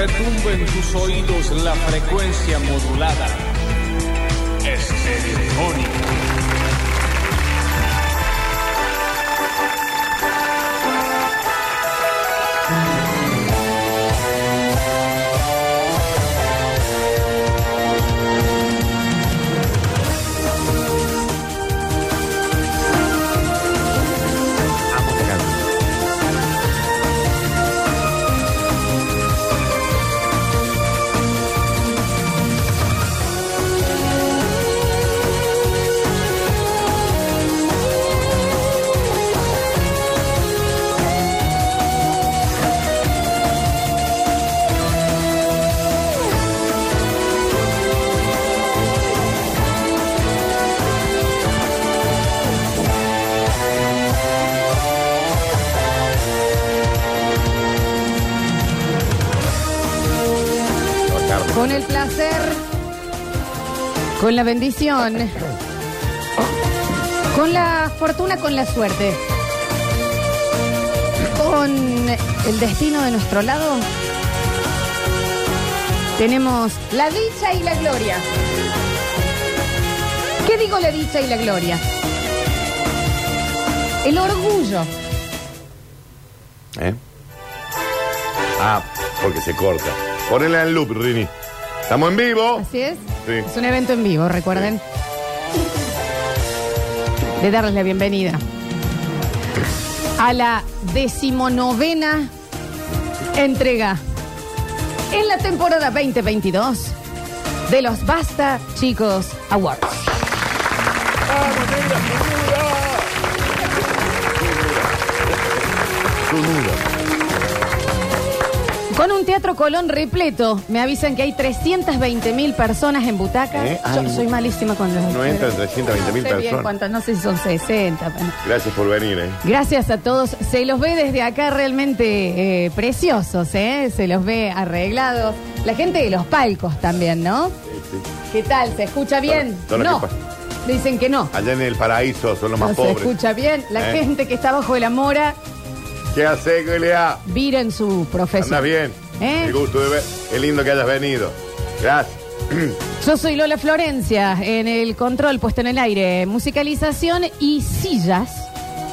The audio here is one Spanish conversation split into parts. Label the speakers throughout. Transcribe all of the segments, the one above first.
Speaker 1: en tus oídos la frecuencia modulada. Estereofónica.
Speaker 2: Con el placer, con la bendición, con la fortuna, con la suerte, con el destino de nuestro lado, tenemos la dicha y la gloria. ¿Qué digo la dicha y la gloria? El orgullo.
Speaker 3: ¿Eh? Ah, porque se corta. Ponela en loop, Rini. Estamos en vivo.
Speaker 2: Así es.
Speaker 3: Sí.
Speaker 2: Es un evento en vivo, recuerden. De darles la bienvenida a la decimonovena entrega en la temporada 2022 de los Basta Chicos Awards.
Speaker 3: ¡Vamos, negra, Sunuda!
Speaker 2: Con un teatro Colón repleto, me avisan que hay 320 mil personas en butacas.
Speaker 3: ¿Eh?
Speaker 2: Yo
Speaker 3: Ay,
Speaker 2: soy malísima cuando...
Speaker 3: No entran 320 mil
Speaker 2: No sé bien
Speaker 3: personas.
Speaker 2: cuántas, no sé si son 60. pero-
Speaker 3: Gracias por venir, ¿eh?
Speaker 2: Gracias a todos. Se los ve desde acá realmente eh, preciosos, ¿eh? Se los ve arreglados. La gente de los palcos también, ¿no?
Speaker 3: Sí, sí.
Speaker 2: ¿Qué tal? ¿Se escucha bien?
Speaker 3: Dona,
Speaker 2: no.
Speaker 3: ¿qué
Speaker 2: Dicen que no.
Speaker 3: Allá en el paraíso son los
Speaker 2: No
Speaker 3: más
Speaker 2: se
Speaker 3: pobres.
Speaker 2: escucha bien. La
Speaker 3: ¿Eh?
Speaker 2: gente que está bajo de la mora
Speaker 3: ¿Qué hace, Julia?
Speaker 2: vira en su profesión.
Speaker 3: Anda bien.
Speaker 2: Pues ¿Eh?
Speaker 3: El gusto de ver. Qué lindo que hayas venido. Gracias.
Speaker 2: Yo soy Lola Florencia, en el control puesto en el aire, musicalización y sillas,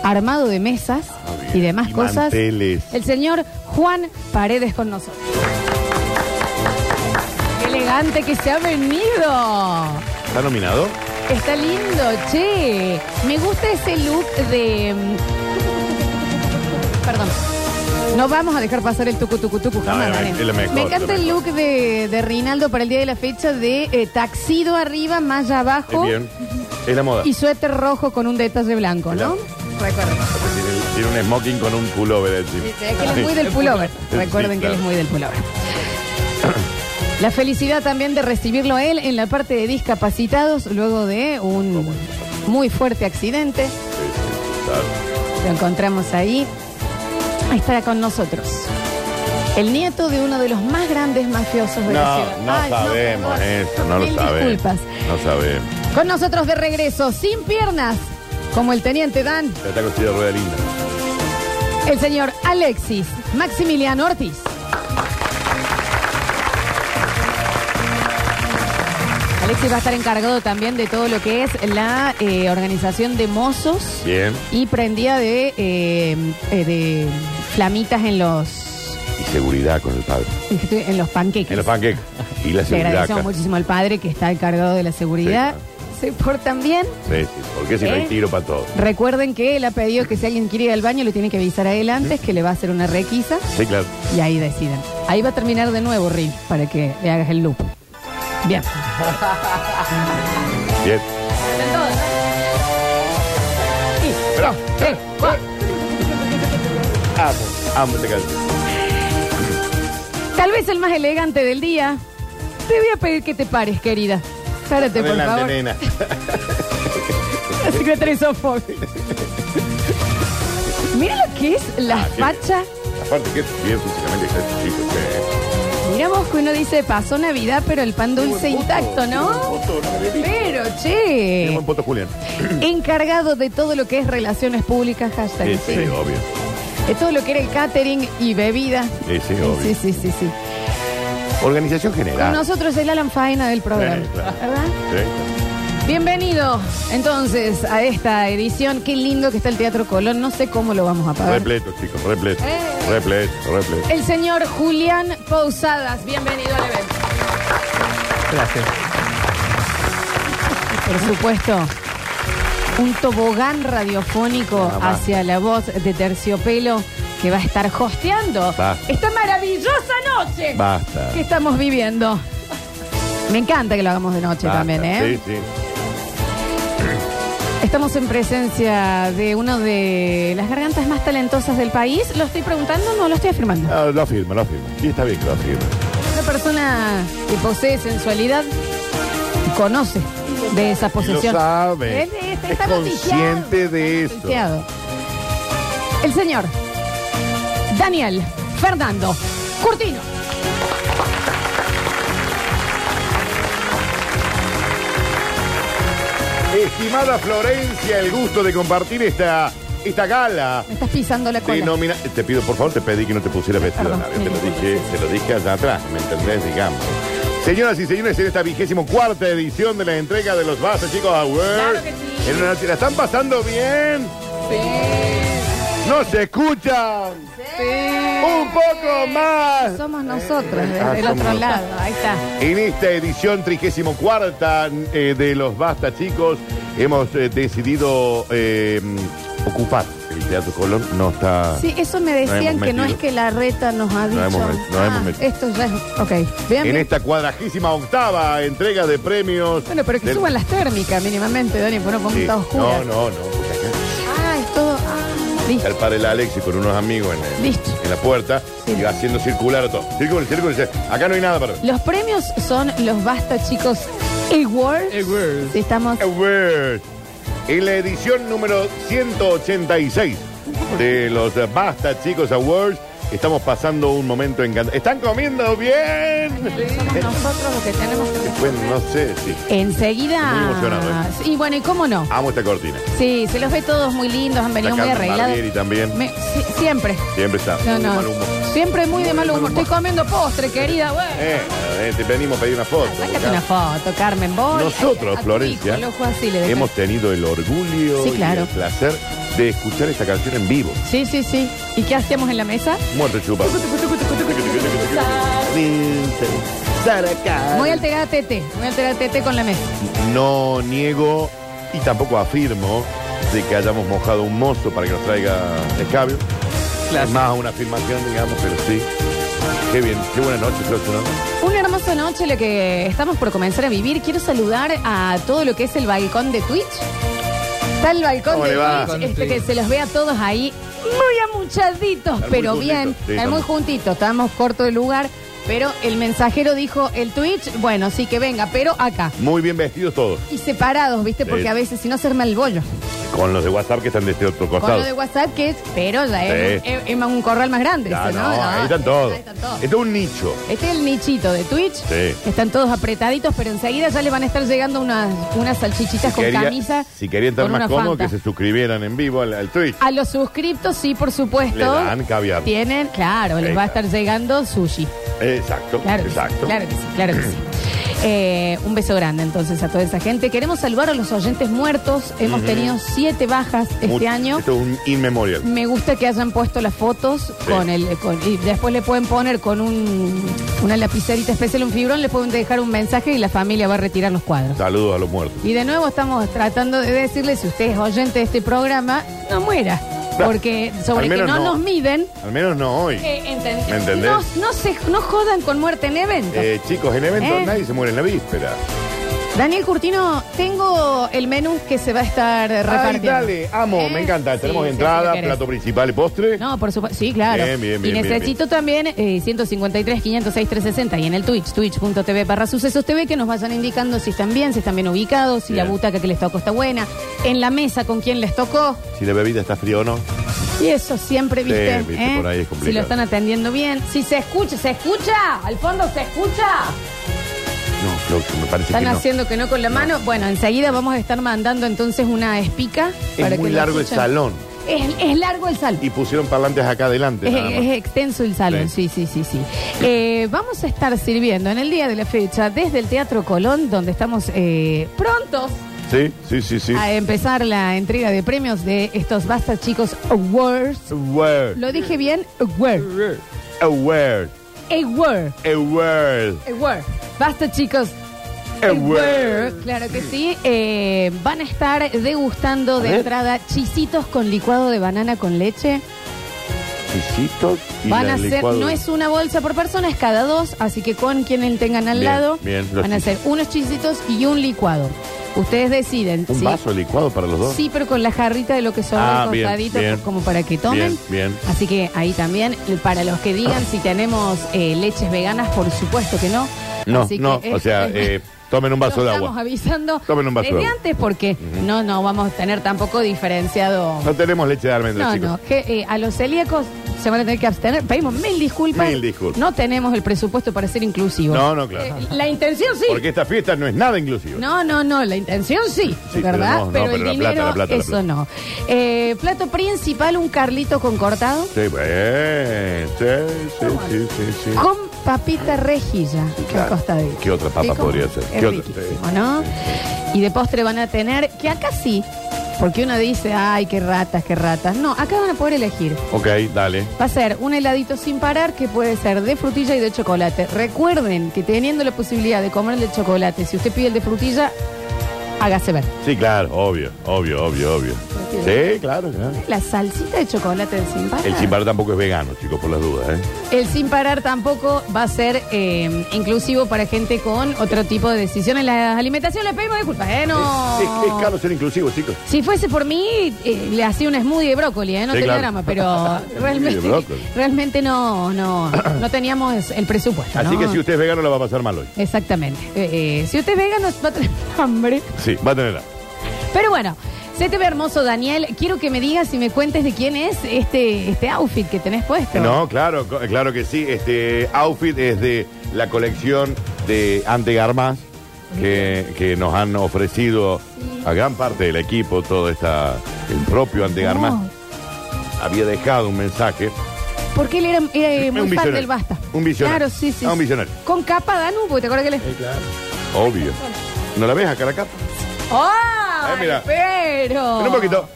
Speaker 2: armado de mesas
Speaker 3: Ah, bien.
Speaker 2: y demás
Speaker 3: Y
Speaker 2: cosas.
Speaker 3: manteles.
Speaker 2: El señor Juan Paredes con nosotros. Qué elegante que se ha venido.
Speaker 3: ¿Está nominado?
Speaker 2: Está lindo, che. Me gusta ese look de. mm, Perdón. No vamos a dejar pasar el tucu tucu tucu jamás,
Speaker 3: es la me-
Speaker 2: Daniel.
Speaker 3: es la mejor,
Speaker 2: Me encanta
Speaker 3: es la
Speaker 2: el look de, de Rinaldo para el día de la fecha de eh, taxido arriba, malla
Speaker 3: Es
Speaker 2: abajo
Speaker 3: bien. Es la moda.
Speaker 2: Oh. y suéter rojo con un detalle blanco, ¿no? Recuerden.
Speaker 3: Tiene, tiene un smoking con un pullover allí.
Speaker 2: Sí, es que él es muy del pullover.
Speaker 3: Sí,
Speaker 2: Recuerden que él
Speaker 3: claro.
Speaker 2: es muy del pullover. La felicidad también de recibirlo a él en la parte de discapacitados luego de un muy fuerte accidente.
Speaker 3: Sí, sí, claro.
Speaker 2: Lo encontramos ahí. Estará con nosotros. El nieto de uno de los más grandes mafiosos de la ciudad.
Speaker 3: No, no
Speaker 2: Ay,
Speaker 3: sabemos
Speaker 2: perdón.
Speaker 3: eso, no lo
Speaker 2: Mil
Speaker 3: sabemos.
Speaker 2: disculpas.
Speaker 3: No sabemos.
Speaker 2: Con nosotros de regreso, sin piernas, como el teniente Dan,
Speaker 3: Ya está construida rueda linda.
Speaker 2: el señor Alexis Maximiliano Ortiz. Alexis va a estar encargado también de todo lo que es la eh, organización de mozos
Speaker 3: Bien.
Speaker 2: y prendida de, eh, eh, de flamitas en los
Speaker 3: Y seguridad con el padre.
Speaker 2: en los panqueques.
Speaker 3: En los pancakes. Y la
Speaker 2: Le
Speaker 3: seguridad
Speaker 2: agradecemos
Speaker 3: acá.
Speaker 2: muchísimo al padre que está encargado de la seguridad. Se portan bien.
Speaker 3: Sí, sí, porque si no
Speaker 2: ¿Eh?
Speaker 3: hay tiro para todo.
Speaker 2: Recuerden que él ha pedido que si alguien quiere ir al baño lo tiene que avisar a él antes, que le va a hacer una requisa
Speaker 3: Sí, claro.
Speaker 2: y ahí deciden. Ahí va a terminar de nuevo, Rick, para que le hagas el loop. Bien.
Speaker 3: Bien.
Speaker 2: Y, dos, tres, cuatro.
Speaker 3: Amo, amo este esta canción.
Speaker 2: Tal vez el más elegante del día. Te voy a pedir que te pares, querida. Párate, por
Speaker 3: Adelante,
Speaker 2: favor.
Speaker 3: nena.
Speaker 2: La secretaria Sofón. Mira lo que es la
Speaker 3: Ah, qué
Speaker 2: facha.
Speaker 3: Aparte, que bien físicamente está este chico. che.
Speaker 2: Mira vos que uno dice, pasó Navidad, pero el pan dulce
Speaker 3: Qué buen
Speaker 2: intacto,
Speaker 3: voto, qué
Speaker 2: ¿no?
Speaker 3: buen voto, no me digas.
Speaker 2: Pero,
Speaker 3: Qué
Speaker 2: che,
Speaker 3: buen voto, Julián.
Speaker 2: encargado de todo lo que es relaciones públicas, hashtag.
Speaker 3: Sí,
Speaker 2: sí.
Speaker 3: sí, obvio.
Speaker 2: De todo lo que era el catering y bebida.
Speaker 3: Sí, sí, obvio.
Speaker 2: sí, sí, sí, sí.
Speaker 3: Organización
Speaker 2: Con
Speaker 3: general.
Speaker 2: nosotros el Alan Faina del programa.
Speaker 3: Sí, claro.
Speaker 2: ¿Verdad?
Speaker 3: Sí.
Speaker 2: Bienvenido entonces a esta edición. Qué lindo que está el Teatro Colón. No sé cómo lo vamos a pagar.
Speaker 3: Repleto, chicos, repleto.
Speaker 2: Eh.
Speaker 3: Repleto, repleto.
Speaker 2: El señor Julián Pousadas. Bienvenido al evento.
Speaker 4: Gracias.
Speaker 2: Por supuesto. Un tobogán radiofónico
Speaker 3: Nada más.
Speaker 2: hacia la voz de Terciopelo que va a estar hosteando
Speaker 3: Va.
Speaker 2: esta maravillosa noche
Speaker 3: Basta.
Speaker 2: que estamos viviendo. Me encanta que lo hagamos de noche
Speaker 3: basta.
Speaker 2: también, ¿eh?
Speaker 3: Sí, sí.
Speaker 2: Estamos en presencia de uno de las gargantas más talentosas del país. ¿Lo estoy preguntando? No, lo estoy afirmando.
Speaker 3: Ah, lo afirma, lo afirma. Y está bien que lo afirma.
Speaker 2: Una persona que posee sensualidad y conoce de esa
Speaker 3: lo
Speaker 2: posesión.
Speaker 3: sabe.
Speaker 2: Es- es-
Speaker 3: Es
Speaker 2: está noticiado,
Speaker 3: consciente de
Speaker 2: está
Speaker 3: eso.
Speaker 2: noticiado. El señor Daniel Fernando Curtino.
Speaker 3: Estimada Florencia, el gusto de compartir esta, esta gala.
Speaker 2: Me estás pisando la cola.
Speaker 3: Denomina- te pido, por favor, te pedí que no te pusieras vestido de
Speaker 2: Perdón,
Speaker 3: novia.
Speaker 2: me
Speaker 3: Te lo
Speaker 2: disculpo,
Speaker 3: dije,
Speaker 2: sí.
Speaker 3: te lo dije allá atrás, ¿me entendés? Digamos. Señoras y señores, en esta vigésimo cuarta edición de la entrega de los Bases Chicos Awards.
Speaker 2: Claro que sí.
Speaker 3: En una noche- ¿La están pasando bien? ¡No se escuchan! ¡Un poco más!
Speaker 2: Somos nosotros,
Speaker 3: Uh. Eh,
Speaker 2: desde
Speaker 3: ah,
Speaker 2: el
Speaker 3: somos
Speaker 2: otro
Speaker 3: nosotros.
Speaker 2: lado. Ahí está.
Speaker 3: En esta edición 34 eh, de los Basta Chicos hemos eh, decidido eh, ocupar el Teatro Colón. No está.
Speaker 2: Sí, eso me
Speaker 3: Nos
Speaker 2: decían
Speaker 3: hemos
Speaker 2: que no es
Speaker 3: metido.
Speaker 2: que la reta nos ha dicho.
Speaker 3: hemos met- nos
Speaker 2: Ah,
Speaker 3: hemos metido.
Speaker 2: Esto ya es. Ok. Bien,
Speaker 3: En este-
Speaker 2: bien.
Speaker 3: esta cuadragésima octava entrega de premios.
Speaker 2: Bueno, pero que
Speaker 3: del-
Speaker 2: suban las térmicas mínimamente, Dani, porque no podemos
Speaker 3: Sí.
Speaker 2: estar
Speaker 3: No,
Speaker 2: oscuras.
Speaker 3: no, no. porque acá
Speaker 2: Ah, es todo. ah, listo.
Speaker 3: Está el padre Alexis con unos amigos en, el-
Speaker 2: Listo.
Speaker 3: en la puerta
Speaker 2: Sí.
Speaker 3: y va haciendo circular todo. Círculo, círculo, círculo. Acá no hay nada para.
Speaker 2: Los premios son los Basta Chicos Awards.
Speaker 4: Awards.
Speaker 2: Sí, estamos.
Speaker 3: Awards. En la edición número 186 de los Basta Chicos Awards, estamos pasando un momento encantador. ¿Están comiendo bien?
Speaker 2: Somos nosotros los que tenemos que-
Speaker 3: Bueno, no sé, sí.
Speaker 2: Enseguida.
Speaker 3: Muy emocionado, ¿eh?
Speaker 2: Y bueno, ¿y cómo no?
Speaker 3: Amo esta cortina.
Speaker 2: Sí, se los ve todos muy lindos, han venido
Speaker 3: La
Speaker 2: muy
Speaker 3: Carmen
Speaker 2: arreglados.
Speaker 3: Barbieri también.
Speaker 2: Me- sí, siempre.
Speaker 3: Siempre está.
Speaker 2: No,
Speaker 3: Muy
Speaker 2: no.
Speaker 3: mal humor.
Speaker 2: Siempre muy de mal
Speaker 3: mal
Speaker 2: humor.
Speaker 3: humor.
Speaker 2: Estoy comiendo postre, querida. Bueno.
Speaker 3: Eh, eh, te venimos a pedir una foto.
Speaker 2: Sácate
Speaker 3: Acá.
Speaker 2: una foto, Carmen. Vos, a- a
Speaker 3: Nosotros,
Speaker 2: tu
Speaker 3: Florencia,
Speaker 2: hijo, al ojo así le dejas.
Speaker 3: hemos tenido el orgullo
Speaker 2: Sí, claro.
Speaker 3: y el placer de escuchar esta canción en vivo.
Speaker 2: Sí, sí, sí. ¿Y qué hacíamos en la mesa?
Speaker 3: Muerte chupa. Ah.
Speaker 2: Muy alterada tete, muy alterada tete con la mesa.
Speaker 3: No niego y tampoco afirmo de que hayamos mojado un mozo para que nos traiga escabio.
Speaker 4: Claro.
Speaker 3: Es más una afirmación, digamos, pero sí. Qué bien, qué buena noche, Flor. ¿no?
Speaker 2: Una hermosa noche la que estamos por comenzar a vivir. Quiero saludar a todo lo que es el balcón de Twitch. Está el balcón
Speaker 3: ¿Cómo
Speaker 2: de
Speaker 3: le va?
Speaker 2: Twitch, este que se los ve a todos ahí muy amuchaditos,
Speaker 3: muy
Speaker 2: pero
Speaker 3: juntitos.
Speaker 2: bien,
Speaker 3: Sí,
Speaker 2: están muy
Speaker 3: estamos.
Speaker 2: juntitos, estamos corto de lugar, pero el mensajero dijo el Twitch, bueno, sí que venga, pero acá.
Speaker 3: Muy bien vestidos todos.
Speaker 2: Y separados, ¿viste?
Speaker 3: Sí.
Speaker 2: Porque a veces si no se arma el bollo.
Speaker 3: Con los de WhatsApp que están de este otro
Speaker 2: Con
Speaker 3: costado.
Speaker 2: lo de WhatsApp que es, pero ya es,
Speaker 3: Sí.
Speaker 2: es- es un corral más grande.
Speaker 3: Ya,
Speaker 2: ese,
Speaker 3: no, ahí están todos.
Speaker 2: Ahí están todos.
Speaker 3: Esto es un nicho.
Speaker 2: Este es el nichito de Twitch.
Speaker 3: Sí.
Speaker 2: Están todos apretaditos, pero enseguida ya le van a estar llegando unas, unas salchichitas con
Speaker 3: Quería-
Speaker 2: camisa.
Speaker 3: si querían estar
Speaker 2: con
Speaker 3: más
Speaker 2: una
Speaker 3: cómodos, que
Speaker 2: Fanta.
Speaker 3: se suscribieran en vivo al, al Twitch.
Speaker 2: A los suscriptos, sí, por supuesto.
Speaker 3: Le dan caviar.
Speaker 2: Tienen, claro, les va a
Speaker 3: Exacto.
Speaker 2: estar llegando sushi.
Speaker 3: Exacto,
Speaker 2: Claro, que sí,
Speaker 3: exacto.
Speaker 2: claro que sí, claro que sí. Eh, un beso grande entonces a toda esa gente. Queremos salvar a los oyentes muertos. Hemos tenido siete bajas este
Speaker 3: Mucho.
Speaker 2: año.
Speaker 3: Esto es un inmemorial.
Speaker 2: Me gusta que hayan puesto las fotos con el con- y después le pueden poner con un, una lapicerita especial, un fibrón, le pueden dejar un mensaje y la familia va a retirar los cuadros.
Speaker 3: Saludos a los muertos.
Speaker 2: Y de nuevo estamos tratando de decirles, si usted es oyente de este programa, no muera.
Speaker 3: Claro.
Speaker 2: Porque sobre
Speaker 3: Al
Speaker 2: que no,
Speaker 3: menos no.
Speaker 2: nos miden,
Speaker 3: Al menos no hoy.
Speaker 2: eh, enten-
Speaker 3: ¿Me entendés?
Speaker 2: No, no se, no jodan con muerte en eventos.
Speaker 3: Eh, chicos, en eventos
Speaker 2: Eh.
Speaker 3: nadie se muere en la víspera.
Speaker 2: Daniel Curtino, tengo el menú que se va a estar
Speaker 3: Ay,
Speaker 2: repartiendo.
Speaker 3: dale, amo,
Speaker 2: Eh,
Speaker 3: me encanta.
Speaker 2: sí,
Speaker 3: Tenemos
Speaker 2: sí, sí,
Speaker 3: entrada,
Speaker 2: ¿qué querés?
Speaker 3: plato principal y postre.
Speaker 2: No, por supuesto. Sí, claro.
Speaker 3: Bien, bien, bien,
Speaker 2: y
Speaker 3: bien,
Speaker 2: necesito también eh, 153, 506, 360 y en el Twitch, twitch.tv barra sucesos TV, que nos vayan indicando si están bien, si están bien ubicados, si
Speaker 3: Bien.
Speaker 2: la butaca que les tocó está buena, en la mesa con quién les tocó.
Speaker 3: Si la bebida está fría o no.
Speaker 2: Y eso siempre,
Speaker 3: Sí,
Speaker 2: viste.
Speaker 3: viste,
Speaker 2: ¿eh?
Speaker 3: por ahí es
Speaker 2: si lo
Speaker 3: complicado.
Speaker 2: están atendiendo bien. Si se escucha, ¿se escucha? ¿Al fondo se escucha?
Speaker 3: No, Floxu, me parece
Speaker 2: Están
Speaker 3: que Este no.
Speaker 2: haciendo que no con la mano. Bueno, enseguida vamos a estar mandando entonces una espica.
Speaker 3: Es muy
Speaker 2: que lo
Speaker 3: largo el
Speaker 2: escuchen.
Speaker 3: salón.
Speaker 2: Es, es largo el salón.
Speaker 3: Y pusieron parlantes acá adelante.
Speaker 2: Es,
Speaker 3: nada más.
Speaker 2: es extenso el salón, sí, sí, sí, sí. Eh, vamos a estar sirviendo en el día de la fecha desde el Teatro Colón, donde estamos eh, prontos
Speaker 3: Sí, sí, sí, sí.
Speaker 2: a empezar la entrega de premios de estos Basta Chicos Awards.
Speaker 3: Aware.
Speaker 2: Lo dije bien, Award.
Speaker 3: Aware.
Speaker 2: Award.
Speaker 3: Aware.
Speaker 2: Award. Basta Chicos
Speaker 3: Aware.
Speaker 2: Claro que sí. Eh, van a estar degustando de
Speaker 3: ver.
Speaker 2: entrada chisitos con licuado de banana con leche.
Speaker 3: Chisitos y
Speaker 2: Van
Speaker 3: la
Speaker 2: a ser,
Speaker 3: licuadora.
Speaker 2: no es una bolsa por persona, es cada dos, así que con quienes tengan al
Speaker 3: Bien,
Speaker 2: lado
Speaker 3: bien, los
Speaker 2: van a ser unos chisitos y un licuado. Ustedes deciden.
Speaker 3: ¿Un
Speaker 2: ¿sí?
Speaker 3: vaso licuado para los dos?
Speaker 2: Sí, pero con la jarrita de lo que son
Speaker 3: Ah, bien,
Speaker 2: cortaditos,
Speaker 3: bien.
Speaker 2: como para que tomen.
Speaker 3: Bien, Ah. bien.
Speaker 2: Así que ahí también, para los que digan si tenemos eh, leches veganas, por supuesto que no.
Speaker 3: No,
Speaker 2: Así que
Speaker 3: no,
Speaker 2: es-
Speaker 3: o sea,
Speaker 2: es-
Speaker 3: eh, tomen un vaso
Speaker 2: lo
Speaker 3: de
Speaker 2: estamos
Speaker 3: agua.
Speaker 2: avisando
Speaker 3: Tomen un vaso de
Speaker 2: desde
Speaker 3: agua.
Speaker 2: antes porque no, no vamos a tener tampoco diferenciado.
Speaker 3: No tenemos leche de almendra,
Speaker 2: No,
Speaker 3: chicos.
Speaker 2: no, que, eh, a los celíacos se van a tener que abstener. Pedimos mil disculpas.
Speaker 3: Mil disculpas.
Speaker 2: No tenemos el presupuesto para ser inclusivos.
Speaker 3: No, no, claro.
Speaker 2: Eh, la intención sí.
Speaker 3: Porque esta fiesta no es nada inclusiva.
Speaker 2: No, no, no, la intención sí,
Speaker 3: Sí,
Speaker 2: ¿verdad?
Speaker 3: pero no,
Speaker 2: el
Speaker 3: no, pero la plata,
Speaker 2: dinero,
Speaker 3: la plata, la
Speaker 2: eso
Speaker 3: plata.
Speaker 2: no. Eh, plato principal, un carlito con cortado,
Speaker 3: Sí, bien. Sí, sí, sí, sí, sí.
Speaker 2: con papita rejilla,
Speaker 3: claro.
Speaker 2: al costadito.
Speaker 3: ¿Qué otra papa
Speaker 2: ¿Sí, cómo?
Speaker 3: podría ser?
Speaker 2: Es
Speaker 3: ¿Qué otra?
Speaker 2: riquísimo,
Speaker 3: Sí,
Speaker 2: ¿no?
Speaker 3: sí,
Speaker 2: Y de postre van a tener, que acá sí, porque uno dice, ay, qué ratas, qué ratas. No, acá van a poder elegir.
Speaker 3: Ok, dale.
Speaker 2: Va a ser un heladito sin parar que puede ser de frutilla y de chocolate. Recuerden que teniendo la posibilidad de comer el de chocolate, si usted pide el de frutilla, hágase ver.
Speaker 3: Sí, claro, obvio, obvio, obvio, obvio. Sí, claro, claro.
Speaker 2: La salsita de chocolate del sin parar.
Speaker 3: El chimbar tampoco es vegano, chicos, por las dudas, ¿eh?
Speaker 2: El sin parar tampoco va a ser eh, inclusivo para gente con otro tipo de decisiones. La alimentación le pedimos disculpas, ¿eh? No.
Speaker 3: Es, es caro ser inclusivo, chicos.
Speaker 2: Si fuese por mí, eh, le hacía un smoothie de brócoli, ¿eh? no
Speaker 3: Sí,
Speaker 2: tenía
Speaker 3: claro.
Speaker 2: drama, pero realmente,
Speaker 3: de brócoli.
Speaker 2: realmente no, no, no teníamos el presupuesto.
Speaker 3: Así
Speaker 2: ¿no?
Speaker 3: que si usted es vegano, la va a pasar mal hoy.
Speaker 2: Exactamente. Eh, eh, si usted es vegano, va a tener hambre.
Speaker 3: Sí, va a tener hambre.
Speaker 2: Pero bueno, se te ve hermoso, Daniel. Quiero que me digas y me cuentes de quién es este, este outfit que tenés puesto.
Speaker 3: No, claro, co- claro que sí. Este outfit es de la colección de Ante Garmaz que, que nos han ofrecido a gran parte del equipo, todo esta, el propio Ante Garmaz
Speaker 2: No,
Speaker 3: había dejado un mensaje.
Speaker 2: porque él era, era, eh,
Speaker 3: Un
Speaker 2: muy fan
Speaker 3: visionario.
Speaker 2: del Basta.
Speaker 3: Un visionario.
Speaker 2: Claro, sí, sí.
Speaker 3: Ah, un
Speaker 2: sí.
Speaker 3: visionario.
Speaker 2: Con capa, Danu, porque te acuerdas que le...
Speaker 3: Obvio. ¿No la ves acá la capa?
Speaker 2: ¡Ah!
Speaker 3: Eh, mira.
Speaker 2: Pero...
Speaker 3: Ven un poquito.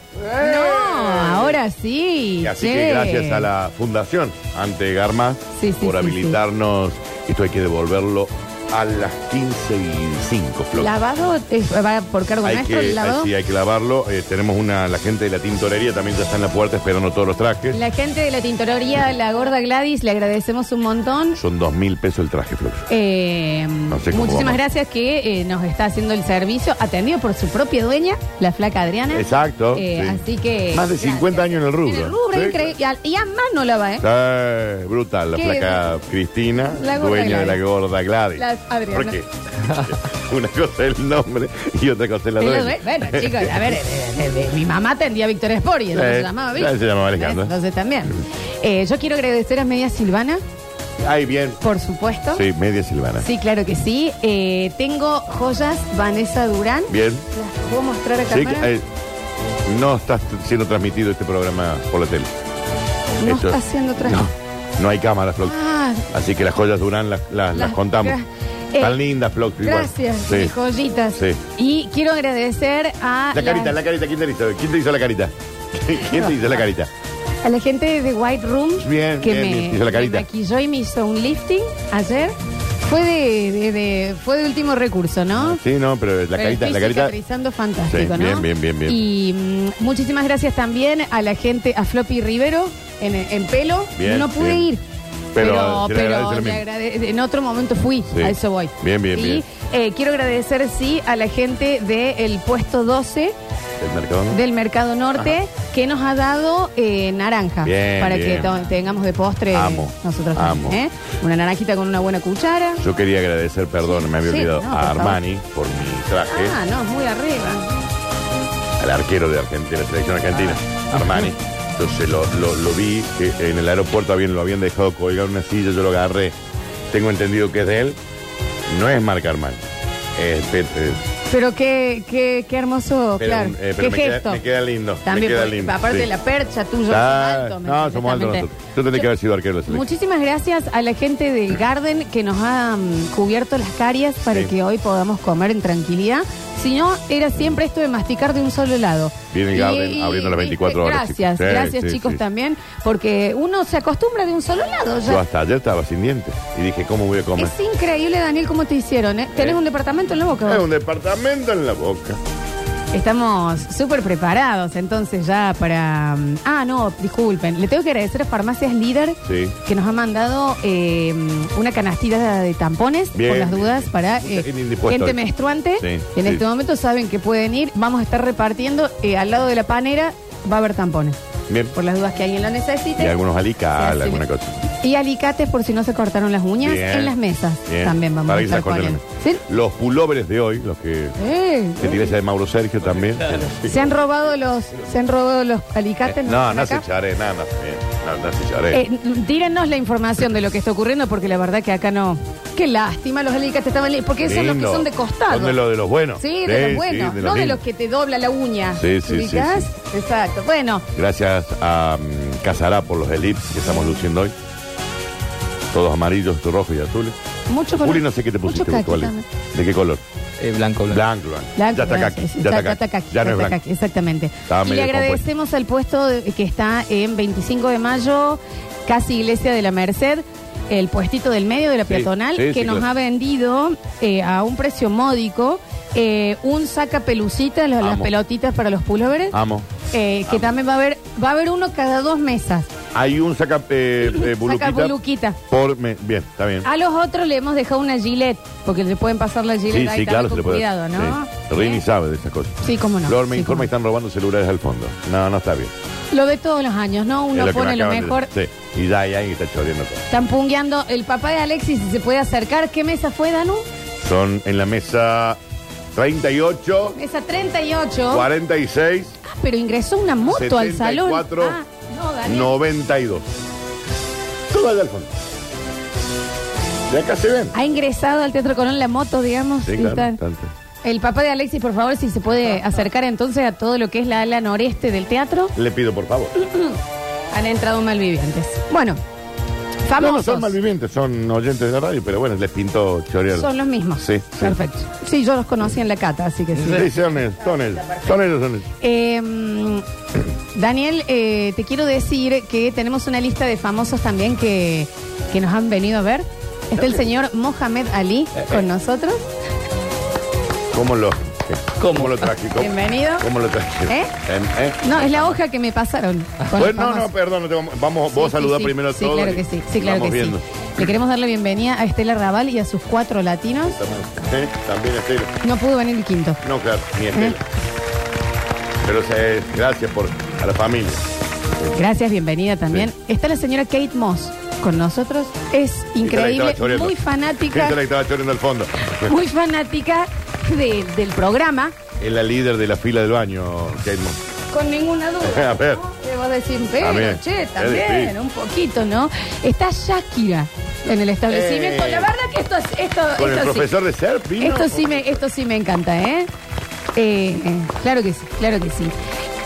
Speaker 2: No, ahora sí.
Speaker 3: Y así
Speaker 2: che.
Speaker 3: que gracias a la Fundación Ante Garmaz
Speaker 2: Sí, sí,
Speaker 3: por
Speaker 2: sí,
Speaker 3: habilitarnos. Esto hay que devolverlo a las 15 y 5, Flor.
Speaker 2: Lavado, eh, va por cargo
Speaker 3: Hay
Speaker 2: nuestro,
Speaker 3: que,
Speaker 2: el lavado.
Speaker 3: hay- sí, hay que lavarlo. Eh, tenemos una, la gente de la tintorería también ya está en la puerta esperando todos los trajes.
Speaker 2: La gente de la tintorería, la gorda Gladys, le agradecemos un montón.
Speaker 3: Son dos mil pesos el traje, Flor.
Speaker 2: Eh,
Speaker 3: sé cómo
Speaker 2: muchísimas
Speaker 3: vamos.
Speaker 2: gracias que eh, nos está haciendo el servicio, atendido por su propia dueña, la flaca Adriana.
Speaker 3: Exacto.
Speaker 2: Eh,
Speaker 3: sí.
Speaker 2: Así que.
Speaker 3: Más de 50 años en el rubro.
Speaker 2: En el rubro,
Speaker 3: Sí,
Speaker 2: increíble. Y, a, y a mano la va, ¿eh?
Speaker 3: claro. Sí, brutal. La
Speaker 2: Qué
Speaker 3: placa Cristina,
Speaker 2: La gorda
Speaker 3: dueña de la
Speaker 2: Gladys.
Speaker 3: gorda Gladys.
Speaker 2: La Adriana.
Speaker 3: ¿Por qué? una cosa es el nombre y otra cosa es la
Speaker 2: Es la
Speaker 3: dueña.
Speaker 2: dueña. Bueno, chicos, a ver, eh, eh, eh, mi mamá atendía a Víctor Sport y entonces
Speaker 3: Eh,
Speaker 2: se llamaba
Speaker 3: eh,
Speaker 2: Víctor.
Speaker 3: se llamaba Alejandro.
Speaker 2: Entonces también. Eh, yo quiero agradecer a Media Silvana,
Speaker 3: Ay, bien.
Speaker 2: por supuesto.
Speaker 3: Sí, media silvana.
Speaker 2: Sí, claro que sí. Eh, tengo joyas Vanessa Durán.
Speaker 3: Bien.
Speaker 2: ¿Las puedo mostrar a
Speaker 3: Sí,
Speaker 2: cámara?
Speaker 3: eh, no está siendo transmitido este programa por la tele.
Speaker 2: no
Speaker 3: esto-
Speaker 2: está haciendo traje.
Speaker 3: No, no hay cámara, Flox.
Speaker 2: Ah,
Speaker 3: Así que las joyas Durán las, las- las
Speaker 2: Las-
Speaker 3: contamos.
Speaker 2: gra- eh,
Speaker 3: Tan lindas, Flox. igual.
Speaker 2: Gracias,
Speaker 3: Sí.
Speaker 2: mis joyitas.
Speaker 3: Sí.
Speaker 2: Y quiero agradecer a
Speaker 3: La carita, la carita, ¿quién te hizo? ¿Quién te hizo la carita? ¿Quién te hizo la carita?
Speaker 2: a la gente de White Room
Speaker 3: Bien,
Speaker 2: que
Speaker 3: bien,
Speaker 2: me,
Speaker 3: bien, hizo la
Speaker 2: me
Speaker 3: carita.
Speaker 2: maquilló y me hizo un lifting ayer. Fue de, de- de- fue de último recurso, ¿no?
Speaker 3: Sí, no, pero la
Speaker 2: Pero
Speaker 3: carita, la
Speaker 2: estoy
Speaker 3: carita.
Speaker 2: cicatrizando fantástico,
Speaker 3: Sí,
Speaker 2: ¿no?
Speaker 3: bien, bien, bien, bien.
Speaker 2: Y mm, muchísimas gracias también a la gente, a Floppy Rivero en, en pelo.
Speaker 3: Bien,
Speaker 2: no pude
Speaker 3: bien.
Speaker 2: ir.
Speaker 3: Pero
Speaker 2: Pero,
Speaker 3: se le
Speaker 2: pero
Speaker 3: agradece lo
Speaker 2: le
Speaker 3: mismo.
Speaker 2: agrade- en otro momento fui,
Speaker 3: Sí.
Speaker 2: a eso voy.
Speaker 3: Bien, bien,
Speaker 2: y,
Speaker 3: bien.
Speaker 2: eh, quiero agradecer, sí, a la gente del puesto 12
Speaker 3: ¿El Mercadona?
Speaker 2: del Mercado Norte que nos ha dado eh, naranja
Speaker 3: Bien,
Speaker 2: para
Speaker 3: bien.
Speaker 2: que to- tengamos de postre
Speaker 3: Amo,
Speaker 2: nosotros también,
Speaker 3: amo.
Speaker 2: ¿eh? una naranjita con una buena cuchara
Speaker 3: Yo quería agradecer, perdón, me había
Speaker 2: Sí,
Speaker 3: olvidado,
Speaker 2: no, por
Speaker 3: a
Speaker 2: favor.
Speaker 3: Armani por mi traje,
Speaker 2: ah no es muy arriba Ah.
Speaker 3: al arquero de Argentina, la selección argentina, Armani. Entonces lo, lo- lo vi que en el aeropuerto habían, lo habían dejado colgar en una silla, yo lo agarré. Tengo entendido que es de él. No es marca Armani. Eh, pe- eh,
Speaker 2: Pero qué, qué, qué hermoso,
Speaker 3: pero,
Speaker 2: Oh, claro.
Speaker 3: eh,
Speaker 2: qué
Speaker 3: pero me,
Speaker 2: gesto.
Speaker 3: Queda, me queda lindo.
Speaker 2: También,
Speaker 3: me queda
Speaker 2: porque
Speaker 3: lindo.
Speaker 2: aparte
Speaker 3: sí.
Speaker 2: de la percha tuya,
Speaker 3: Ah,
Speaker 2: altos, ¿me
Speaker 3: No,
Speaker 2: entendés?
Speaker 3: somos altos
Speaker 2: También
Speaker 3: nosotros.
Speaker 2: te-
Speaker 3: Yo tendría que
Speaker 2: Yo-
Speaker 3: haber sido arquero de la selección.
Speaker 2: Muchísimas gracias a la gente del Garden que nos ha mm, cubierto las caries para
Speaker 3: Sí.
Speaker 2: que hoy podamos comer en tranquilidad. Si no, era siempre esto de masticar de un solo lado.
Speaker 3: Viene el Garden abriendo las 24 horas,
Speaker 2: Gracias,
Speaker 3: chicos. Sí,
Speaker 2: gracias
Speaker 3: sí,
Speaker 2: chicos
Speaker 3: sí.
Speaker 2: también, porque uno se acostumbra de un solo lado.
Speaker 3: Yo
Speaker 2: Ya.
Speaker 3: hasta ayer estaba sin dientes y dije, ¿cómo voy a comer?
Speaker 2: Es increíble, Daniel, cómo te hicieron. ¿eh? Tenés
Speaker 3: Eh.
Speaker 2: un departamento en la boca.
Speaker 3: Es
Speaker 2: vos?
Speaker 3: un departamento en la boca.
Speaker 2: Estamos súper preparados entonces ya para... mm, Ah, no, disculpen. Le tengo que agradecer a Farmacias Líder
Speaker 3: Sí.
Speaker 2: que nos ha mandado eh, una canastilla de tampones,
Speaker 3: Bien,
Speaker 2: por las
Speaker 3: bien,
Speaker 2: dudas,
Speaker 3: bien.
Speaker 2: para
Speaker 3: Mucha
Speaker 2: eh,
Speaker 3: gente indispuesta
Speaker 2: gente
Speaker 3: hoy.
Speaker 2: menstruante.
Speaker 3: Sí,
Speaker 2: en
Speaker 3: sí.
Speaker 2: este momento saben que pueden ir. Vamos a estar repartiendo eh, al lado de la panera. Va a haber tampones,
Speaker 3: Bien.
Speaker 2: por las dudas que alguien lo
Speaker 3: Y
Speaker 2: necesite.
Speaker 3: algunos
Speaker 2: Sí,
Speaker 3: alical,
Speaker 2: sí.
Speaker 3: alguna cosa.
Speaker 2: Y alicates por si no se cortaron las uñas
Speaker 3: Bien.
Speaker 2: en las mesas.
Speaker 3: Bien.
Speaker 2: También vamos
Speaker 3: Para
Speaker 2: a
Speaker 3: que se
Speaker 2: estar
Speaker 3: acuerden.
Speaker 2: poniendo. ¿Sí?
Speaker 3: Los pulóveres de hoy, los que,
Speaker 2: Eh,
Speaker 3: que tiene esa de Mauro Sergio también. Eh,
Speaker 2: se han robado los, se han robado los alicates.
Speaker 3: No,
Speaker 2: están
Speaker 3: no se
Speaker 2: acá?
Speaker 3: echaré, nada, no, bien. no, no se echaré.
Speaker 2: Eh, tírennos la información de lo que está ocurriendo porque la verdad que acá no. Qué lástima, los alicates estaban li- porque son los que
Speaker 3: Lindo.
Speaker 2: son de costado.
Speaker 3: Son de los de los buenos.
Speaker 2: Sí, de los
Speaker 3: sí,
Speaker 2: buenos,
Speaker 3: de los
Speaker 2: no de
Speaker 3: lindos.
Speaker 2: los que te dobla la uña. ¿Te
Speaker 3: Sí, sí, sí,
Speaker 2: ubicás? Exacto. Bueno,
Speaker 3: Gracias a mm, Casará por los elips que estamos luciendo hoy. Todos amarillos, rojos y azules.
Speaker 2: mucho color.
Speaker 3: Juli, no sé qué te pusiste.
Speaker 2: Mucho
Speaker 3: ¿cuál es?
Speaker 2: caqui también.
Speaker 3: ¿De qué color?
Speaker 4: Eh, blanco, blanco.
Speaker 3: Blanco, blanco.
Speaker 2: Blanco,
Speaker 3: ya está
Speaker 2: blanco,
Speaker 3: caqui,
Speaker 2: sí,
Speaker 3: Ya
Speaker 2: ya
Speaker 3: está
Speaker 2: está
Speaker 3: caqui,
Speaker 2: caqui,
Speaker 3: Ya
Speaker 2: ya
Speaker 3: no es
Speaker 2: está
Speaker 3: blanco.
Speaker 2: caqui, Exactamente.
Speaker 3: Estaba
Speaker 2: Y le
Speaker 3: medio
Speaker 2: agradecemos al puesto de- que está en 25 de mayo, casi Iglesia de la Merced, el puestito del medio de la peatonal,
Speaker 3: sí,
Speaker 2: que
Speaker 3: sí,
Speaker 2: nos
Speaker 3: claro.
Speaker 2: ha vendido eh, a un precio módico eh, un saca pelucita, lo- las
Speaker 3: Amo.
Speaker 2: pelotitas para los pulóveres,
Speaker 3: Amo.
Speaker 2: eh, que también va a haber va a haber uno cada dos mesas.
Speaker 3: Hay un saca, eh, eh, buluquita
Speaker 2: Saca buluquita. Ah,
Speaker 3: Por me- bien, está bien.
Speaker 2: A los otros le hemos dejado una gilet, porque le pueden pasar la gilet
Speaker 3: sí,
Speaker 2: ahí también
Speaker 3: sí, claro, se
Speaker 2: con
Speaker 3: le puede.
Speaker 2: cuidado, ¿no?
Speaker 3: sí. Rini
Speaker 2: ¿Eh?
Speaker 3: sabe de esas cosas.
Speaker 2: Sí, cómo no.
Speaker 3: Flor me
Speaker 2: sí,
Speaker 3: informa que
Speaker 2: cómo
Speaker 3: están robando celulares al fondo. No, no está bien.
Speaker 2: no. Lo de todos los años, ¿no?
Speaker 3: Es
Speaker 2: Uno
Speaker 3: que me
Speaker 2: pone lo
Speaker 3: acaban de-
Speaker 2: mejor.
Speaker 3: Sí, y ya hay alguien que está choreando todo.
Speaker 2: Están pungueando. El papá de Alexis, si se puede acercar, ¿qué mesa fue, Danu?
Speaker 3: Son en la mesa 38,
Speaker 2: Mesa 38.
Speaker 3: 46,
Speaker 2: Ah, pero ingresó una moto al salón.
Speaker 3: 74.
Speaker 2: Ah, no, Daniel.
Speaker 3: 92. Todo allá al fondo. De acá se ven.
Speaker 2: Ha ingresado al Teatro Colón la moto, digamos.
Speaker 3: Sí,
Speaker 2: y
Speaker 3: claro,
Speaker 2: tal.
Speaker 3: tanto.
Speaker 2: El papá de Alexis, por favor, si se puede acercar entonces a todo lo que es la ala noreste del teatro.
Speaker 3: Le pido por favor.
Speaker 2: Han entrado malvivientes. Bueno,
Speaker 3: No, no
Speaker 2: famosos.
Speaker 3: son malvivientes, son oyentes de la radio, pero bueno, les pinto chorear.
Speaker 2: Son los mismos.
Speaker 3: Sí, sí.
Speaker 2: Perfecto. Sí, yo los conocí en la cata, así que sí.
Speaker 3: Sí, son ellos, son ellos, son ellos, son ellos.
Speaker 2: Eh, Daniel, eh, te quiero decir que tenemos una lista de famosos también que, que nos han venido a ver. Está el señor Mohamed
Speaker 3: Eh,
Speaker 2: Ali con nosotros.
Speaker 3: ¿Cómo lo,
Speaker 4: ¿Cómo?
Speaker 3: ¿Cómo lo traje? ¿Cómo-
Speaker 2: Bienvenido.
Speaker 3: ¿Cómo lo traje?
Speaker 2: ¿Eh?
Speaker 3: Em, ¿Eh?
Speaker 2: No, es la hoja que me pasaron. con los
Speaker 3: Bueno, no, no,
Speaker 2: famosos.
Speaker 3: perdón, no tengo- vamos,
Speaker 2: Sí,
Speaker 3: vos
Speaker 2: sí,
Speaker 3: saludá
Speaker 2: sí.
Speaker 3: primero a
Speaker 2: Sí,
Speaker 3: todos.
Speaker 2: claro
Speaker 3: y
Speaker 2: que sí. Sí, claro
Speaker 3: vamos
Speaker 2: que
Speaker 3: viendo.
Speaker 2: sí. Le queremos dar la bienvenida a Estela Raval y a sus cuatro latinos.
Speaker 3: ¿Eh? También Estela.
Speaker 2: No pudo venir el quinto.
Speaker 3: No, claro, ni
Speaker 2: Mm.
Speaker 3: Estela. Pero se- gracias por a la familia.
Speaker 2: Gracias, bienvenida también. Está la señora Kate Moss con nosotros. Es
Speaker 3: Estela que
Speaker 2: increíble,
Speaker 3: estaba choreando.
Speaker 2: muy fanática.
Speaker 3: Estela que estaba choreando al fondo.
Speaker 2: muy fanática de- del programa,
Speaker 3: Es la líder de la fila del baño, Kate Moss.
Speaker 2: con ninguna duda.
Speaker 3: A ver.
Speaker 2: ¿no? Que vos decís, pero,
Speaker 3: También.
Speaker 2: che,
Speaker 3: Es
Speaker 2: también,
Speaker 3: difícil.
Speaker 2: un poquito, ¿no? Está Shakira en el establecimiento.
Speaker 3: Eh.
Speaker 2: La verdad que esto, es- esto,
Speaker 3: Con el
Speaker 2: esto sí-
Speaker 3: profesor de Serpi.
Speaker 2: esto sí me, esto sí me encanta, ¿eh? Eh, eh, Claro que sí, claro que sí.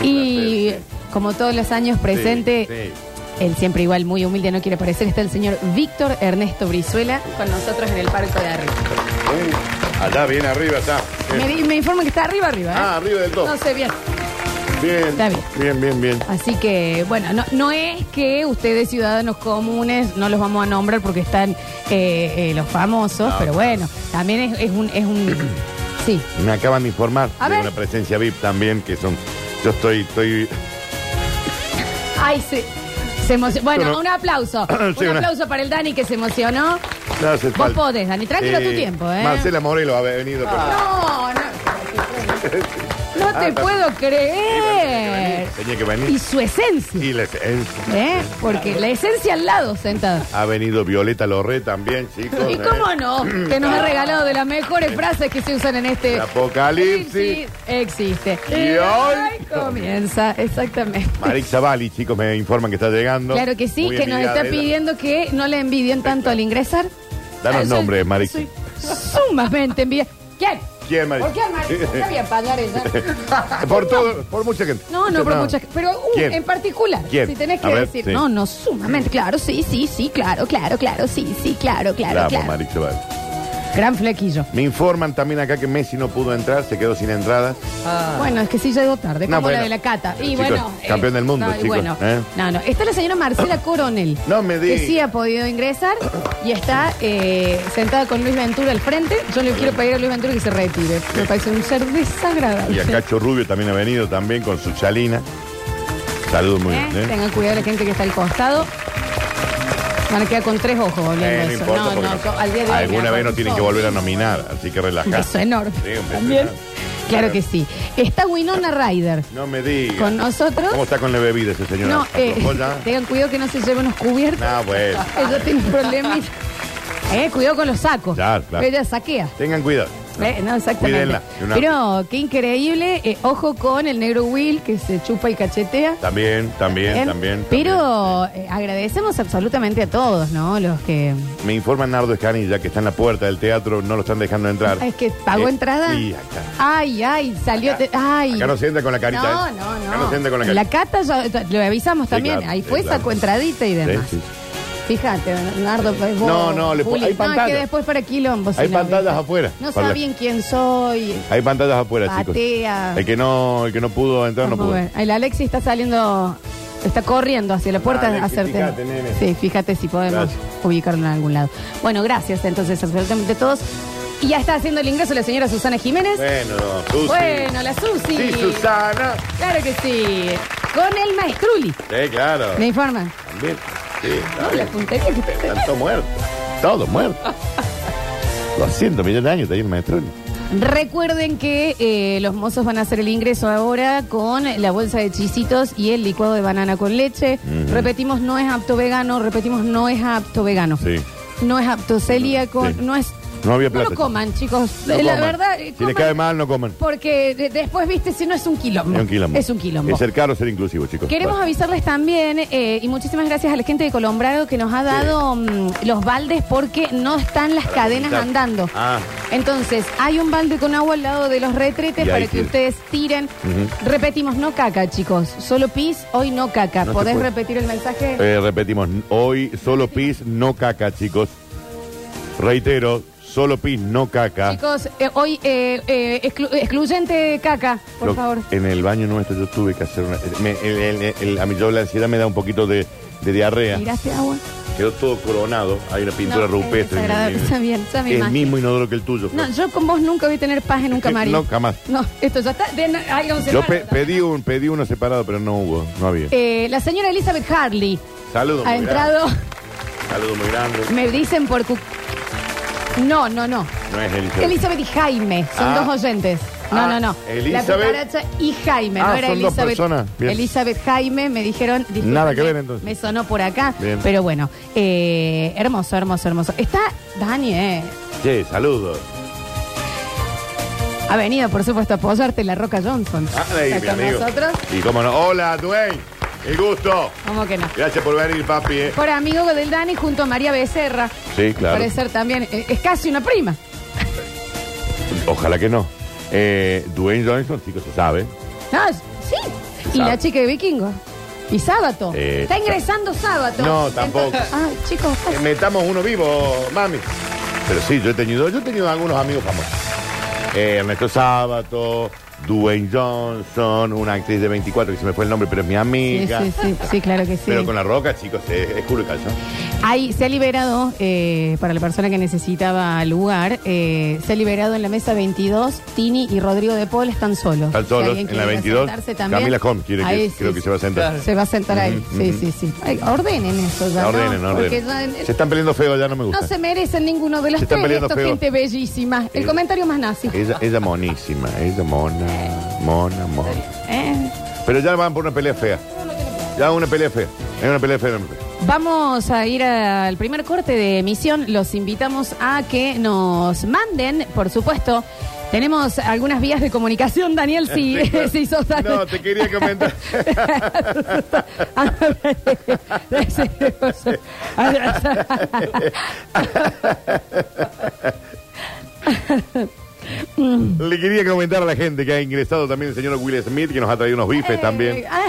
Speaker 2: Y
Speaker 3: placer,
Speaker 2: como todos los años presente, él siempre igual muy humilde, no quiere parecer, está el señor Víctor Ernesto Brizuela con nosotros en el Parco de Arriba.
Speaker 3: Uh, Allá, bien arriba está. Bien.
Speaker 2: Me, di- me informan que está arriba, arriba, ¿eh?
Speaker 3: Ah, arriba del todo.
Speaker 2: no sé bien.
Speaker 3: Bien.
Speaker 2: Está bien.
Speaker 3: Bien, bien, bien.
Speaker 2: Así que, bueno, no, no es que ustedes, ciudadanos comunes, no los vamos a nombrar porque están eh, eh, los famosos, pero bueno, también es, es un, es un. Sí.
Speaker 3: Me acaban de informar
Speaker 2: A
Speaker 3: de
Speaker 2: ver.
Speaker 3: una presencia VIP también, que son. Yo estoy, estoy.
Speaker 2: Ay, se, se emocionó. Bueno,
Speaker 3: Bueno.
Speaker 2: un aplauso.
Speaker 3: Sí,
Speaker 2: un
Speaker 3: una-
Speaker 2: aplauso para el Dani que se emocionó.
Speaker 3: No hace
Speaker 2: Vos
Speaker 3: falta.
Speaker 2: podés, Dani, tranquilo tu tiempo, ¿eh? Ah.
Speaker 3: Marcela Morelo ha venido. con-
Speaker 2: No, no. No te
Speaker 3: Ah,
Speaker 2: puedo creer.
Speaker 3: Tenía que
Speaker 2: Y
Speaker 3: venir.
Speaker 2: su esencia,
Speaker 3: Y la esencia.
Speaker 2: ¿eh? Porque la esencia al lado sentada.
Speaker 3: Ha venido Violeta Lorré también, chicos.
Speaker 2: ¿Y
Speaker 3: ¿eh?
Speaker 2: cómo no? Que nos ha regalado de las mejores frases que se usan en este
Speaker 3: El apocalipsis.
Speaker 2: Existe.
Speaker 3: Y hoy-
Speaker 2: comienza, exactamente.
Speaker 3: Marixa Bali, chicos, me informan que está llegando.
Speaker 2: Claro que sí,
Speaker 3: Muy
Speaker 2: que nos
Speaker 3: amiga
Speaker 2: está
Speaker 3: de la-
Speaker 2: pidiendo que no le envidien tanto al ingresar.
Speaker 3: Danos
Speaker 2: Ah, soy-
Speaker 3: nombre, Marixa.
Speaker 2: soy Sumamente envidia. ¿Quién?
Speaker 3: ¿Quién, Mari?
Speaker 2: ¿Por qué, Mari? Está bien, pagar ella.
Speaker 3: por todo, por mucha gente.
Speaker 2: No, no, por muchas. Pero uh,
Speaker 3: ¿Quién?
Speaker 2: en particular,
Speaker 3: ¿Quién?
Speaker 2: si tenés que
Speaker 3: A ver,
Speaker 2: decir,
Speaker 3: sí.
Speaker 2: no, no, sumamente, claro, sí, sí, sí, claro, claro, claro, sí, sí, claro, claro,
Speaker 3: Bravo,
Speaker 2: claro.
Speaker 3: Mari Chaval.
Speaker 2: Gran flequillo.
Speaker 3: Me informan también acá que Messi no pudo entrar, se quedó sin entradas.
Speaker 2: Bueno, es que sí llegó tarde,
Speaker 3: No,
Speaker 2: como
Speaker 3: bueno.
Speaker 2: la de la cata. Y
Speaker 3: Chicos,
Speaker 2: bueno.
Speaker 3: campeón del mundo,
Speaker 2: no, y
Speaker 3: chicos,
Speaker 2: bueno,
Speaker 3: ¿eh?
Speaker 2: no, no. Está la señora Marcela Coronel.
Speaker 3: No me digas.
Speaker 2: Que sí ha podido ingresar y está eh, sentada con Luis Ventura al frente. Yo le quiero pedir a Luis Ventura que se retire. Me parece un ser desagradable. ¿Eh?
Speaker 3: Y a Cacho Rubio también ha venido también con su chalina. Saludos muy
Speaker 2: ¿Eh?
Speaker 3: bien. ¿eh?
Speaker 2: Tengan cuidado la gente que está al costado. Van a quedar con tres ojos volviendo
Speaker 3: Eh, no
Speaker 2: eso.
Speaker 3: importa porque no-
Speaker 2: al día de hoy
Speaker 3: alguna
Speaker 2: quedan
Speaker 3: vez
Speaker 2: con
Speaker 3: no tienen que
Speaker 2: ojos.
Speaker 3: volver a nominar, así que
Speaker 2: Un
Speaker 3: relajá.
Speaker 2: beso enorme.
Speaker 3: Sí, un beso
Speaker 2: También.
Speaker 3: enorme.
Speaker 2: Claro que sí. Está Winona Ryder.
Speaker 3: No me digas.
Speaker 2: Con nosotros.
Speaker 3: ¿Cómo está con la bebida ese señor?
Speaker 2: No, eh,
Speaker 3: eh.
Speaker 2: tengan cuidado que no se lleven unos cubiertos.
Speaker 3: No, bueno.
Speaker 2: Ella tiene un problema. Eh, cuidado con los sacos.
Speaker 3: Claro, claro.
Speaker 2: Ella saquea.
Speaker 3: Tengan cuidado.
Speaker 2: Eh, no, exactamente.
Speaker 3: Cuídenla. Una-
Speaker 2: Pero qué increíble. eh, ojo con el negro Will que se chupa y cachetea.
Speaker 3: También, también, también.
Speaker 2: ¿Eh? Pero eh, agradecemos absolutamente a todos, ¿no? Los que.
Speaker 3: también. Me informa Nardo Escanilla que está en la puerta del teatro, no lo están dejando entrar.
Speaker 2: Ah, Es que pagó
Speaker 3: Eh,
Speaker 2: entrada.
Speaker 3: Sí, acá.
Speaker 2: Ay, ay, salió.
Speaker 3: Acá-
Speaker 2: te- ay.
Speaker 3: Acá no se entra con la carita.
Speaker 2: No,
Speaker 3: ¿eh?
Speaker 2: no, no.
Speaker 3: Acá no se entra con la
Speaker 2: En
Speaker 3: carita.
Speaker 2: cata ya, ya- le avisamos
Speaker 3: Sí,
Speaker 2: también.
Speaker 3: claro,
Speaker 2: Ahí
Speaker 3: sí,
Speaker 2: fue
Speaker 3: claro.
Speaker 2: sacó entradita y demás.
Speaker 3: Sí, sí.
Speaker 2: Fíjate, Leonardo, pues, vos,
Speaker 3: No, no, le po-
Speaker 2: Juli.
Speaker 3: hay
Speaker 2: No, es
Speaker 3: pantallas.
Speaker 2: que después para quilombo. si
Speaker 3: Hay
Speaker 2: no,
Speaker 3: pantallas
Speaker 2: ¿viste?
Speaker 3: afuera.
Speaker 2: No
Speaker 3: Para la-
Speaker 2: sabían quién soy.
Speaker 3: Hay pantallas afuera,
Speaker 2: Patea.
Speaker 3: chicos. El que no, el que no pudo entrar
Speaker 2: Vamos
Speaker 3: no
Speaker 2: a
Speaker 3: pudo.
Speaker 2: ver. El Alexi está saliendo, está corriendo hacia la puerta
Speaker 3: Dale,
Speaker 2: a hacerte.
Speaker 3: fíjate, nene.
Speaker 2: Sí, fíjate si podemos
Speaker 3: Gracias.
Speaker 2: ubicarlo en algún lado. Bueno, gracias entonces absolutamente todos. Y ya está haciendo el ingreso la señora Susana Jiménez.
Speaker 3: Bueno, Susi.
Speaker 2: Bueno, la Susi.
Speaker 3: Sí, Susana.
Speaker 2: Claro que sí. Con el maestruli.
Speaker 3: Sí, claro.
Speaker 2: Me informan.
Speaker 3: También. Sí,
Speaker 2: No, la
Speaker 3: también.
Speaker 2: puntería que te-
Speaker 3: Están todos muertos. Todos muertos. 200 millones de años está ahí el maestro.
Speaker 2: Recuerden que eh, los mozos van a hacer el ingreso ahora con la bolsa de chisitos y el licuado de banana con leche.
Speaker 3: Ujú.
Speaker 2: Repetimos, no es apto vegano. Repetimos, no es apto vegano.
Speaker 3: Sí.
Speaker 2: No es apto celíaco.
Speaker 3: Sí.
Speaker 2: No es.
Speaker 3: No había plata.
Speaker 2: No lo coman, chicos.
Speaker 3: No
Speaker 2: Eh, la
Speaker 3: coman.
Speaker 2: verdad. eh,
Speaker 3: Si
Speaker 2: coman,
Speaker 3: les cae mal, no coman.
Speaker 2: Porque de- después, viste, si no es un quilombo.
Speaker 3: Es un quilombo.
Speaker 2: Es un quilombo.
Speaker 3: Es ser caro ser inclusivo, chicos.
Speaker 2: Queremos
Speaker 3: Vale.
Speaker 2: avisarles también, eh, y muchísimas gracias a la gente de Colombrado que nos ha dado mm, los baldes porque no están las
Speaker 3: Para
Speaker 2: cadenas
Speaker 3: vomitar.
Speaker 2: andando.
Speaker 3: Ah.
Speaker 2: Entonces, hay un balde con agua al lado de los retretes
Speaker 3: Y ahí
Speaker 2: para que
Speaker 3: sí.
Speaker 2: ustedes tiren.
Speaker 3: Ujú.
Speaker 2: Repetimos, no caca, chicos. Solo pis, hoy no caca.
Speaker 3: No se
Speaker 2: ¿Podés
Speaker 3: puede.
Speaker 2: repetir el mensaje?
Speaker 3: Eh, repetimos, hoy solo pis, no caca, chicos. Reitero, solo pis, no caca.
Speaker 2: Chicos, eh, hoy eh, eh, exclu- excluyente caca, por
Speaker 3: Lo-
Speaker 2: favor.
Speaker 3: En el baño nuestro yo tuve que hacer una. me- el- el- el- a mí yo la ansiedad me da un poquito de, de diarrea.
Speaker 2: ¿Tiraste agua?
Speaker 3: Quedó todo coronado. Hay una
Speaker 2: No,
Speaker 3: pintura
Speaker 2: es
Speaker 3: rupestre. en
Speaker 2: desagradable.
Speaker 3: el-
Speaker 2: Está bien, ya me
Speaker 3: el
Speaker 2: imagino.
Speaker 3: mismo inodoro que el tuyo.
Speaker 2: No, yo con vos nunca voy a tener paz en un camarín.
Speaker 3: No, jamás.
Speaker 2: No, esto ya está. Den- hagan un
Speaker 3: yo
Speaker 2: separado
Speaker 3: pe-
Speaker 2: también.
Speaker 3: pedí, un, pedí uno separado, pero no hubo. No había.
Speaker 2: Eh, la señora Elizabeth Harley
Speaker 3: Saludos
Speaker 2: ha
Speaker 3: muy
Speaker 2: entrado,
Speaker 3: grandes. Saludos muy grandes.
Speaker 2: me dicen por... cu- No, no, no.
Speaker 3: No es Elizabeth.
Speaker 2: Elizabeth y Jaime, son
Speaker 3: Ah.
Speaker 2: dos oyentes. No,
Speaker 3: Ah,
Speaker 2: no, no. La
Speaker 3: Elizabeth.
Speaker 2: cucaracha y Jaime, no
Speaker 3: Ah,
Speaker 2: era
Speaker 3: son dos
Speaker 2: Elizabeth.
Speaker 3: personas. Bien.
Speaker 2: Elizabeth Jaime, me dijeron. discúlpenme,
Speaker 3: Nada que ver, entonces.
Speaker 2: Me sonó por acá.
Speaker 3: Bien.
Speaker 2: Pero bueno, eh, hermoso, hermoso, hermoso. Está eh. Daniel.
Speaker 3: Sí, saludos.
Speaker 2: Ha venido, por supuesto, a apoyarte la Roca Johnson.
Speaker 3: Ah, ahí, mi
Speaker 2: Está con
Speaker 3: amigo.
Speaker 2: nosotros.
Speaker 3: Y cómo no. Hola, Dwayne. El gusto.
Speaker 2: ¿Cómo que no?
Speaker 3: Gracias por venir, papi. eh.
Speaker 2: Por amigo del Dani junto a María Becerra.
Speaker 3: Sí, claro.
Speaker 2: Parece ser también. eh, es casi una prima.
Speaker 3: Ojalá que no. Eh, Dwayne Johnson, chicos, se sabe.
Speaker 2: No, es- sí. Y la
Speaker 3: Sábado.
Speaker 2: chica de vikingo. Y sábado.
Speaker 3: Eh,
Speaker 2: Está ingresando sábado.
Speaker 3: No, tampoco.
Speaker 2: Entonces- ay, chicos. ay.
Speaker 3: Eh, Metamos uno vivo, mami. Pero sí, yo he tenido, yo he tenido algunos amigos famosos. Eh, Ernesto Sábato, Dwayne Johnson, una actriz de 24 que se me fue el nombre, pero es mi
Speaker 2: Sí,
Speaker 3: amiga.
Speaker 2: sí, sí, sí, claro que sí.
Speaker 3: Pero con la roca, chicos, es, es culo y calzón.
Speaker 2: Ahí se ha liberado, eh, para la persona que necesitaba lugar, eh, se ha liberado en la mesa 22, Tini y Rodrigo de Paul están solos.
Speaker 3: Están
Speaker 2: Si
Speaker 3: solos
Speaker 2: alguien
Speaker 3: en la
Speaker 2: quiere
Speaker 3: 22.
Speaker 2: sentarse también,
Speaker 3: Camila Holmes quiere que,
Speaker 2: ahí
Speaker 3: creo
Speaker 2: sí,
Speaker 3: que se va a sentar.
Speaker 4: Claro.
Speaker 2: se va a sentar ahí. Sí, sí, sí. Ay, ordenen eso ya.
Speaker 3: No ordenen,
Speaker 2: ¿no?
Speaker 3: no
Speaker 2: Porque
Speaker 3: ordenen.
Speaker 2: ya-
Speaker 3: Se están peleando feo, ya no me gusta.
Speaker 2: No se merecen ninguno de los
Speaker 3: Se están
Speaker 2: tres.
Speaker 3: peleando
Speaker 2: Esto
Speaker 3: feo.
Speaker 2: gente bellísima. El
Speaker 3: Eh,
Speaker 2: comentario más nazi.
Speaker 3: Ella, ella monísima, ella mona, mona, mona.
Speaker 2: Eh.
Speaker 3: Pero ya van por una pelea fea. Ya una pelea fea. Es una pelea fea.
Speaker 2: Vamos a ir al primer corte de emisión. Los invitamos a que nos manden, por supuesto. Tenemos algunas vías de comunicación, Daniel, si,
Speaker 3: Sí, claro.
Speaker 2: si sos tan-
Speaker 3: No, te quería comentar.
Speaker 2: Ah,
Speaker 3: Le quería comentar a la gente que ha ingresado también el señor Will Smith, que nos ha traído unos bifes también.
Speaker 2: Eh, ah,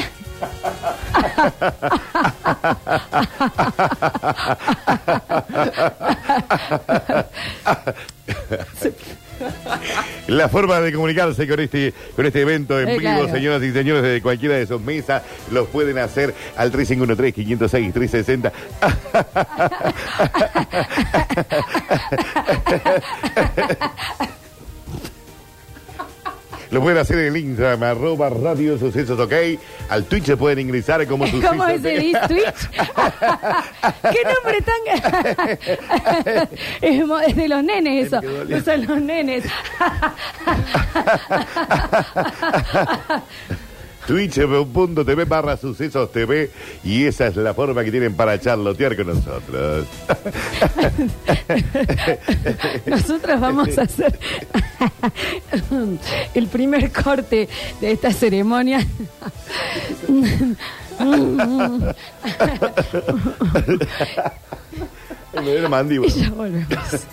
Speaker 3: La forma de comunicarse con este, con este evento en
Speaker 2: Eh,
Speaker 3: vivo,
Speaker 2: claro.
Speaker 3: señoras y señores, desde cualquiera de sus mesas, los pueden hacer al 3513-506-360. Lo pueden hacer en el Instagram, arroba Radio Sucesos, ok. Al Twitch se pueden ingresar como sucesos.
Speaker 2: ¿Cómo es el Twitch? ¿Qué nombre tan.? es mo- es de los nenes eso.
Speaker 3: Ay, me quedó doliendo.
Speaker 2: Son los nenes.
Speaker 3: Twitch.tv barra sucesos TV y esa es la forma que tienen para charlotear con nosotros.
Speaker 2: Nosotros vamos a hacer el primer corte de esta ceremonia.
Speaker 3: Me duele la mandíbula.
Speaker 2: y ya volvemos.